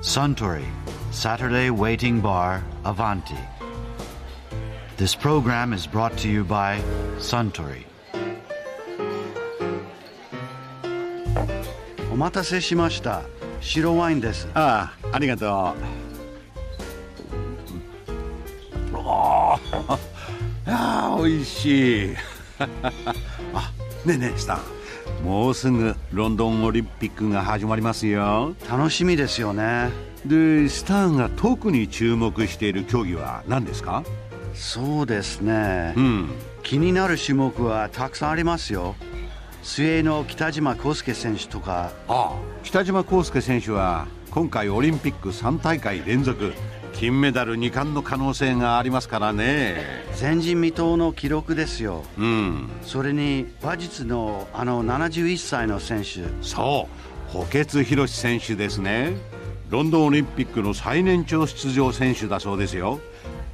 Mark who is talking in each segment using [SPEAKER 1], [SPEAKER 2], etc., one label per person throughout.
[SPEAKER 1] Suntory, Saturday Waiting Bar, Avanti. This program is brought to you by Suntory. お待たせしました。白ワインです。
[SPEAKER 2] ああありがとうああああ美味しい あねえねえスタンもうすぐロンドンオリンピックが始まりますよ
[SPEAKER 1] 楽しみですよね。
[SPEAKER 2] でスタンが特に注目している競技は何ですか
[SPEAKER 1] そうですね。
[SPEAKER 2] うん
[SPEAKER 1] 気になる種目はたくさんありますよ。水泳の北島康介選手とか
[SPEAKER 2] ああ北島康介選手は今回オリンピック3大会連続金メダル2冠の可能性がありますからね
[SPEAKER 1] 前人未到の記録ですよ。
[SPEAKER 2] うん
[SPEAKER 1] それに馬術のあの71歳の選手
[SPEAKER 2] そう補欠博選手ですねロンドンオリンピックの最年長出場選手だそうですよ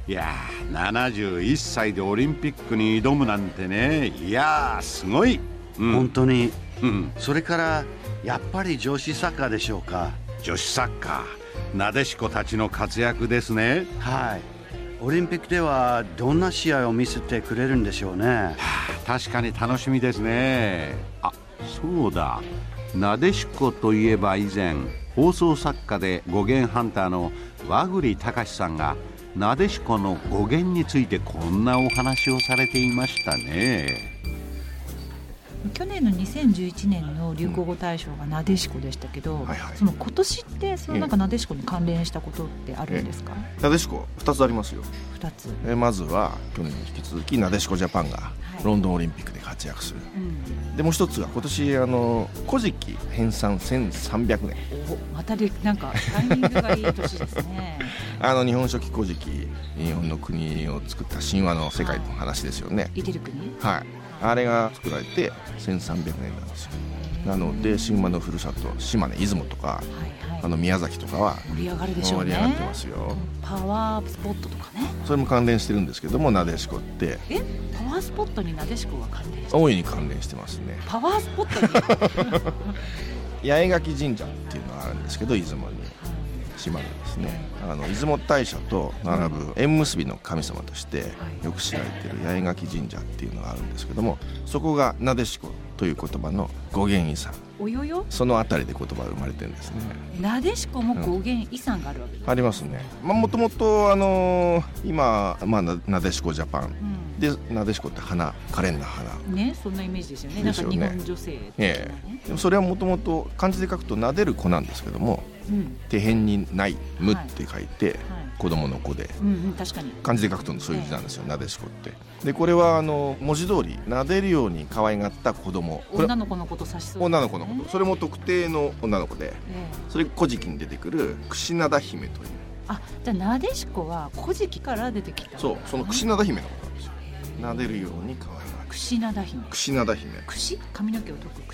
[SPEAKER 2] いやー71歳でオリンピックに挑むなんてねいやーすごい、うん
[SPEAKER 1] 本当に
[SPEAKER 2] うん
[SPEAKER 1] それからやっぱり女子サッカーでしょうか
[SPEAKER 2] 女子サッカーなでしこたちの活躍ですね
[SPEAKER 1] はいオリンピックではどんな試合を見せてくれるんでしょうね
[SPEAKER 2] 確かに楽しみですねあそうだなでしこといえば以前放送作家で語源ハンターの和栗隆さんがなでしこの語源についてこんなお話をされていましたね
[SPEAKER 3] 去年の2011年の流行語大賞がなでしこでしたけど、
[SPEAKER 4] はいはい
[SPEAKER 3] その今年ってそのなんかなでしこに関連したことってあるんですか、
[SPEAKER 4] なでしこ2つありますよ
[SPEAKER 3] 二つ、
[SPEAKER 4] えーまずは去年に引き続きなでしこジャパンが
[SPEAKER 3] い
[SPEAKER 4] ロンドンオリンピックで活躍する、
[SPEAKER 3] うん、
[SPEAKER 4] でもう一つが今年あの「古事記」編纂1300年
[SPEAKER 3] おまたでなんかタイミングがいい年です ね
[SPEAKER 4] あの日本書紀古事記日本の国を作った神話の世界の話ですよね
[SPEAKER 3] いてる国
[SPEAKER 4] はいあれが作られて1300年なんですよなので神話のふるさと島根出雲とか
[SPEAKER 3] はい
[SPEAKER 4] あ
[SPEAKER 3] はい
[SPEAKER 4] の宮崎とかは
[SPEAKER 3] 盛り上がるでしょ
[SPEAKER 4] 盛
[SPEAKER 3] う
[SPEAKER 4] り
[SPEAKER 3] ね
[SPEAKER 4] 上がってますよ
[SPEAKER 3] パワースポットとかね
[SPEAKER 4] それも関連してるんですけどもなでしこって
[SPEAKER 3] えパワースポットになでしこが関連して
[SPEAKER 4] 大いに関連してますね
[SPEAKER 3] パワースポットに
[SPEAKER 4] 八重垣神社っていうのがあるんですけど出雲に島根ですねあの出雲大社と並ぶ縁結びの神様としてよく知られてる八重垣神社っていうのがあるんですけどもそこがなでしこという言葉の語源遺産
[SPEAKER 3] およよ
[SPEAKER 4] その辺りで言葉が生まれてるんですね
[SPEAKER 3] なでしこも語源遺産があるわけです、
[SPEAKER 4] ありますねもともとあのー今、まあ、ななでしこジャパン
[SPEAKER 3] うん
[SPEAKER 4] でなでしこって花可憐な花
[SPEAKER 3] ね、そんなイメージですよね。
[SPEAKER 4] でしょうね
[SPEAKER 3] なんか日本女性的なね、
[SPEAKER 4] ええでもそれはもともと漢字で書くとなでる子なんですけども
[SPEAKER 3] うん、
[SPEAKER 4] 手辺にない「無」って書いて
[SPEAKER 3] はい、
[SPEAKER 4] 子供の子で
[SPEAKER 3] うん、うん、確かに。
[SPEAKER 4] 漢字で書くとそういう字なんですよ、なでしこってでこれはあの文字通りなでるように可愛がった子供これ
[SPEAKER 3] 女の子のこと指しそう、
[SPEAKER 4] 女の子のことそれも特定の女の子で
[SPEAKER 3] ええ
[SPEAKER 4] それ「古事記」に出てくる「櫛灘姫」という
[SPEAKER 3] あ、じゃあなでしこは古事記から出てきた。
[SPEAKER 4] そうその櫛
[SPEAKER 3] な。
[SPEAKER 4] 灘姫のことなんですよなでるように可愛がる
[SPEAKER 3] 串灘姫。
[SPEAKER 4] 櫛灘姫
[SPEAKER 3] 串、髪の毛を解く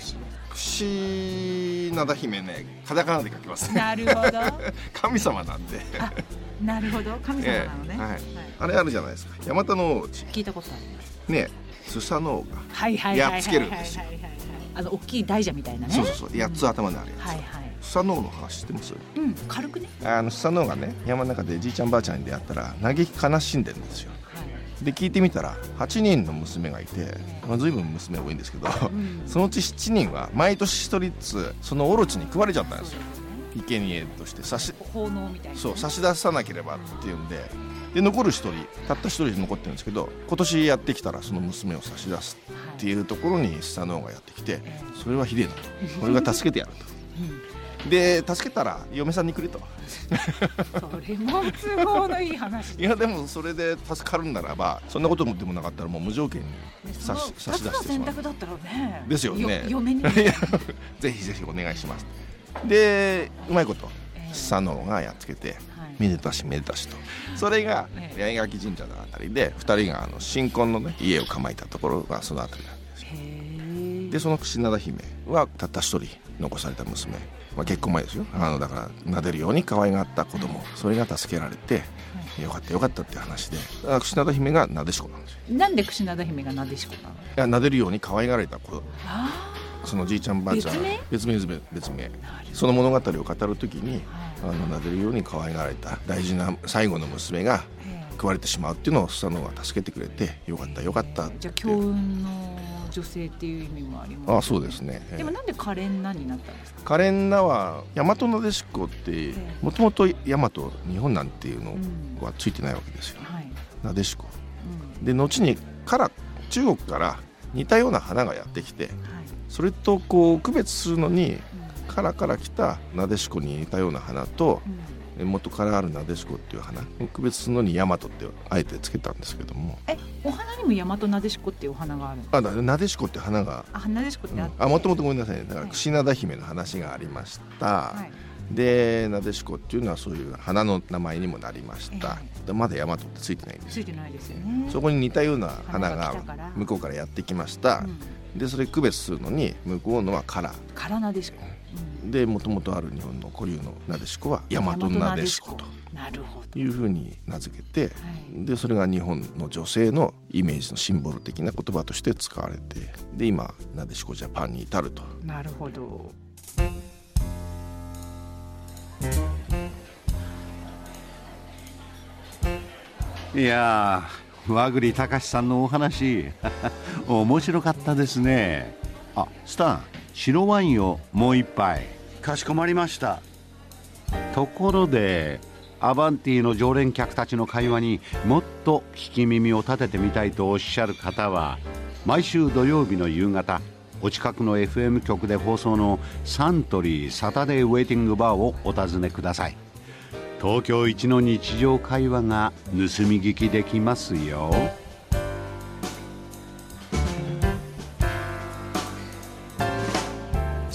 [SPEAKER 3] 串。
[SPEAKER 4] 櫛灘姫ねカタカナで書きます ね
[SPEAKER 3] なるほど。
[SPEAKER 4] 神様なんで
[SPEAKER 3] なるほど。神様なのね。
[SPEAKER 4] ええはい
[SPEAKER 3] はい
[SPEAKER 4] あれあるじゃないですか山田の王子
[SPEAKER 3] 聞いたことあります。
[SPEAKER 4] ねスサノオが
[SPEAKER 3] はいはいはいはいはい。
[SPEAKER 4] やっつけるんですよ
[SPEAKER 3] はいはいはいあの大きい大蛇みたいなね。
[SPEAKER 4] そうそうそう8つ頭にあるやつ、
[SPEAKER 3] はいはい。
[SPEAKER 4] スサノオの話知ってます
[SPEAKER 3] うん、軽くね。
[SPEAKER 4] あのスサノオがね山の中でじいちゃんばあちゃんに出会ったら嘆き悲しんでるんですよ
[SPEAKER 3] はい。
[SPEAKER 4] で聞いてみたら8人の娘がいて、まあ、随分娘多いんですけど
[SPEAKER 3] うん。
[SPEAKER 4] そのうち7人は毎年1人ずつそのオロチに食われちゃったんですよ生贄として差し
[SPEAKER 3] 奉納みたいなね。
[SPEAKER 4] そう差し出さなければっていうんでで残る1人たった1人残ってるんですけど今年やってきたらその娘を差し出す
[SPEAKER 3] はい
[SPEAKER 4] っていうところにスサノオがやってきてそれはひでえなと俺が助けてやるとで助けたら嫁さんにくれと。
[SPEAKER 3] それも都合のいい話
[SPEAKER 4] いやでもそれで助かるんならばそんなこともでもなかったらもう無条件に
[SPEAKER 3] そ
[SPEAKER 4] 差
[SPEAKER 3] の
[SPEAKER 4] し差
[SPEAKER 3] 二
[SPEAKER 4] し
[SPEAKER 3] つ
[SPEAKER 4] 出
[SPEAKER 3] の
[SPEAKER 4] してし
[SPEAKER 3] 選
[SPEAKER 4] まう
[SPEAKER 3] 択だったらね
[SPEAKER 4] ですよね
[SPEAKER 3] 嫁に
[SPEAKER 4] いやぜひぜひお願いしますでうまいことスサノオがやっつけて
[SPEAKER 3] はい
[SPEAKER 4] めでたしめでたしとそれが
[SPEAKER 3] え
[SPEAKER 4] 八重垣神社のあたりで二人があの新婚の、ね、家を構えたところがそのあたりなんですよ
[SPEAKER 3] へえ
[SPEAKER 4] でその櫛灘姫はたった一人残された娘、まあ、結婚前ですよあのだから撫でるように可愛がった子供それが助けられてよかったよかったっていう話でだから櫛灘姫がなでしこなんですよ
[SPEAKER 3] なんで櫛灘姫がなでしこなの
[SPEAKER 4] いや撫でるように可愛がられた子
[SPEAKER 3] あ
[SPEAKER 4] そのじいちゃんばあちゃん別名別名別名その物語を語る時にあのなでるように可愛がられた大事な最後の娘が
[SPEAKER 3] ええ
[SPEAKER 4] 食われてしまうっていうのをスサノオが助けてくれてよかったよかったって
[SPEAKER 3] じゃあ強運の女性っていう意味もあります、
[SPEAKER 4] あそうですね、ええ
[SPEAKER 3] でもなんで可憐なになったんですか
[SPEAKER 4] カレンナは大和なでしこって
[SPEAKER 3] え
[SPEAKER 4] もともと大和日本なんていうの
[SPEAKER 3] うん
[SPEAKER 4] はついてないわけですよ
[SPEAKER 3] はい、
[SPEAKER 4] なでしこ
[SPEAKER 3] う
[SPEAKER 4] で後にから中国から似たような花がやってきて
[SPEAKER 3] んはい
[SPEAKER 4] それとこう区別するのに
[SPEAKER 3] う
[SPEAKER 4] カラから来たなでしこに似たような花と
[SPEAKER 3] んうん
[SPEAKER 4] 元からあるなでしこっていう花区別するのに大和ってあえてつけたんですけども
[SPEAKER 3] えお花にも大和なでしこっていうお花があるの
[SPEAKER 4] あだなでしこって花が
[SPEAKER 3] あなでしこってあって、
[SPEAKER 4] あもともとごめんなさいねだから櫛灘姫の話がありました、
[SPEAKER 3] はい、
[SPEAKER 4] でなでしこっていうのはそういう花の名前にもなりました、
[SPEAKER 3] え
[SPEAKER 4] でまだ大和ってついてないんです
[SPEAKER 3] つ
[SPEAKER 4] よ
[SPEAKER 3] いてないですよね
[SPEAKER 4] そこに似たような花
[SPEAKER 3] 花が来たから
[SPEAKER 4] が向こうからやってきました
[SPEAKER 3] う、ん、
[SPEAKER 4] でそれ区別するのに向こうのはカラー
[SPEAKER 3] からなでしこ、
[SPEAKER 4] でもともとある日本の古流のなでしこは
[SPEAKER 3] う
[SPEAKER 4] 大
[SPEAKER 3] ん、
[SPEAKER 4] 和なでし
[SPEAKER 3] 大
[SPEAKER 4] こ
[SPEAKER 3] 和なでしこなるほ
[SPEAKER 4] というふうに名付けて
[SPEAKER 3] ど、はい
[SPEAKER 4] でそれが日本の女性のイメージのシンボル的な言葉として使われてで今なでしこジャパンに至ると
[SPEAKER 3] なるほど。
[SPEAKER 2] いやー和栗隆さんのお話 面白かったですねあスタン白ワインをもう一杯
[SPEAKER 1] かしこまりました
[SPEAKER 2] ところでアバンティの常連客たちの会話にもっと聞き耳を立ててみたいとおっしゃる方は毎週土曜日の夕方お近くの FM 局で放送のサントリーサタデーウェイティングバーをお尋ねください東京一の日常会話が盗み聞きできますよ